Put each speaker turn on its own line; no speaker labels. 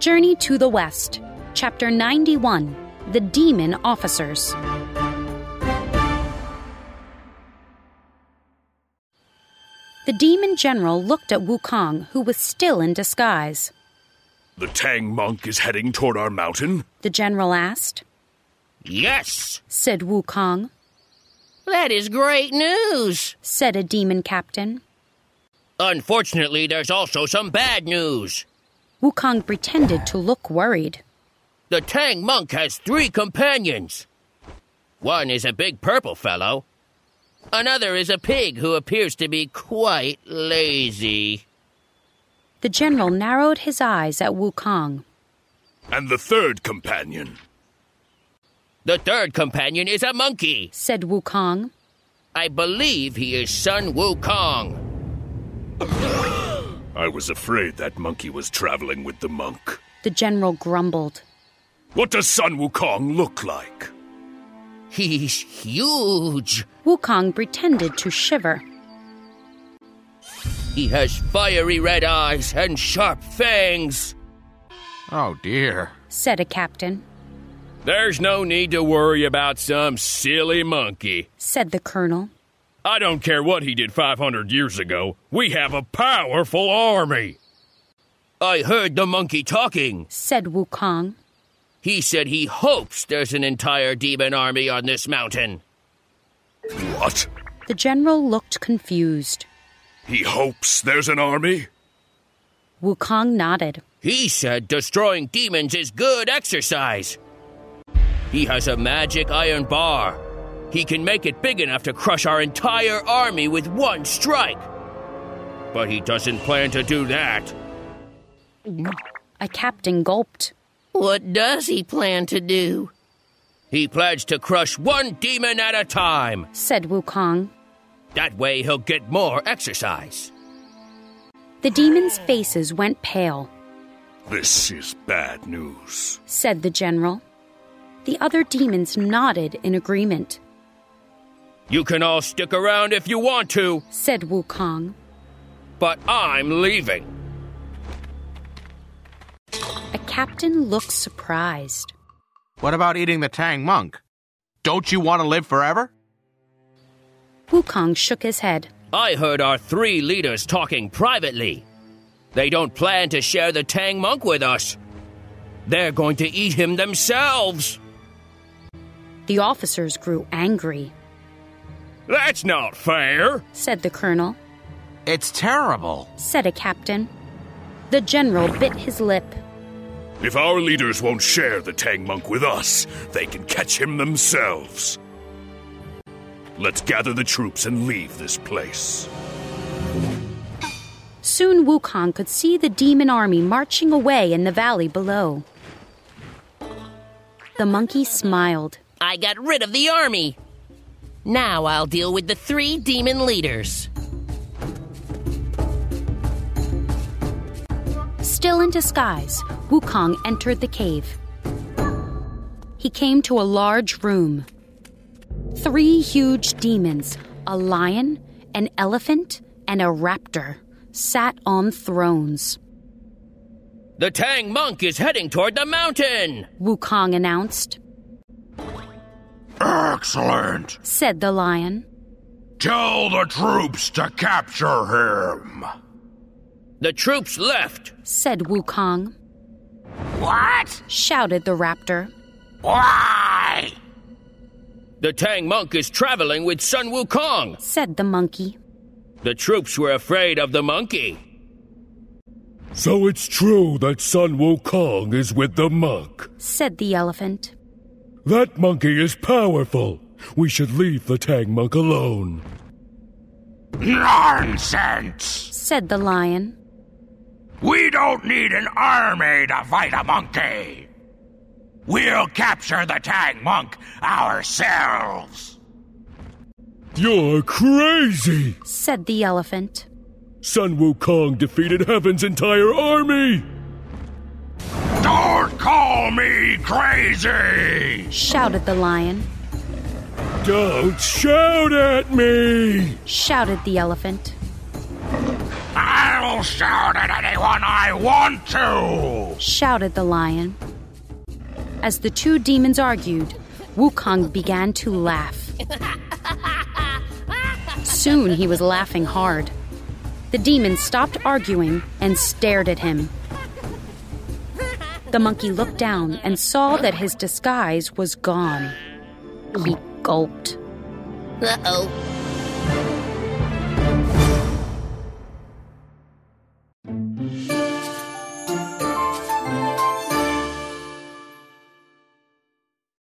Journey to the West, Chapter 91 The Demon Officers. The demon general looked at Wukong, who was still in disguise.
The Tang monk is heading toward our mountain?
The general asked.
Yes,
Said Wukong,
that is great news.
said a demon captain.
Unfortunately, there's also some bad news.
Wukong pretended to look worried.
The Tang monk has three companions. One is a big purple fellow. Another is a pig who appears to be quite lazy.
The general narrowed his eyes at Wukong.
And the third companion?
The third companion is a monkey.
Said Wukong,
I believe he is Sun Wukong.
I was afraid that monkey was traveling with the monk.
the general grumbled.
What does Sun Wukong look like?
He's huge.
Wukong pretended to shiver.
He has fiery red eyes and sharp fangs.
Oh dear.
Said a captain,
There's no need to worry about some silly monkey.
said the colonel,
I don't care what he did 500 years ago. We have a powerful army. I heard the monkey talking.
said Wukong,
He said he hopes there's an entire demon army on this mountain.
What?
The general looked confused.
He hopes there's an army?
Wukong nodded.
He said destroying demons is good exercise. He has a magic iron bar. He can make it big enough to crush our entire army with one strike. But he doesn't plan to do that.
A captain gulped.
What does he plan to do? He plans to crush one demon at a time.
Said Wukong.
That way he'll get more exercise.
The demons' faces went pale.
This is bad news.
Said the general. The other demons nodded in agreement.
You can all stick around if you want to,
Said Wukong.
but I'm leaving.
A captain looked surprised.
What about eating the Tang monk? Don't you want to live forever?
Wukong shook his head.
I heard our three leaders talking privately. They don't plan to share the Tang monk with us. They're going to eat him themselves.
The officers grew angry.
That's not fair.
Said the colonel.
It's terrible.
Said a captain. The general bit his lip.
If our leaders won't share the Tang monk with us, they can catch him themselves. Let's gather the troops and leave this place.
Soon Wukong could see the demon army marching away in the valley below. The monkey smiled.
I got rid of the army. Now I'll deal with the three demon leaders.
Still in disguise, Wukong entered the cave. He came to a large room. Three huge demons, a lion, an elephant, and a raptor, sat on thrones.
The Tang monk is heading toward the mountain.
Wukong announced,
Excellent.
said the lion,
Tell the troops to capture him.
The troops left.
said Wukong,
What?
shouted the raptor,
Why?
The Tang monk is traveling with Sun Wukong.
said the monkey,
The troops were afraid of the monkey.
So it's true that Sun Wukong is with the monk.
said the elephant.
That monkey is powerful. We should leave the Tang monk alone.
Nonsense.
said the lion,
We don't need an army to fight a monkey. We'll capture the Tang monk ourselves.
You're crazy!
said the elephant,
Sun Wukong defeated Heaven's entire army!
Don't call me crazy.
shouted the lion,
Don't shout at me!
shouted the elephant,
I'll shout at anyone I want to!
shouted the lion. As the two demons argued, Wukong began to laugh. Soon he was laughing hard. The demon stopped arguing and stared at him. The monkey looked down and saw that his disguise was gone. He gulped.
Uh oh.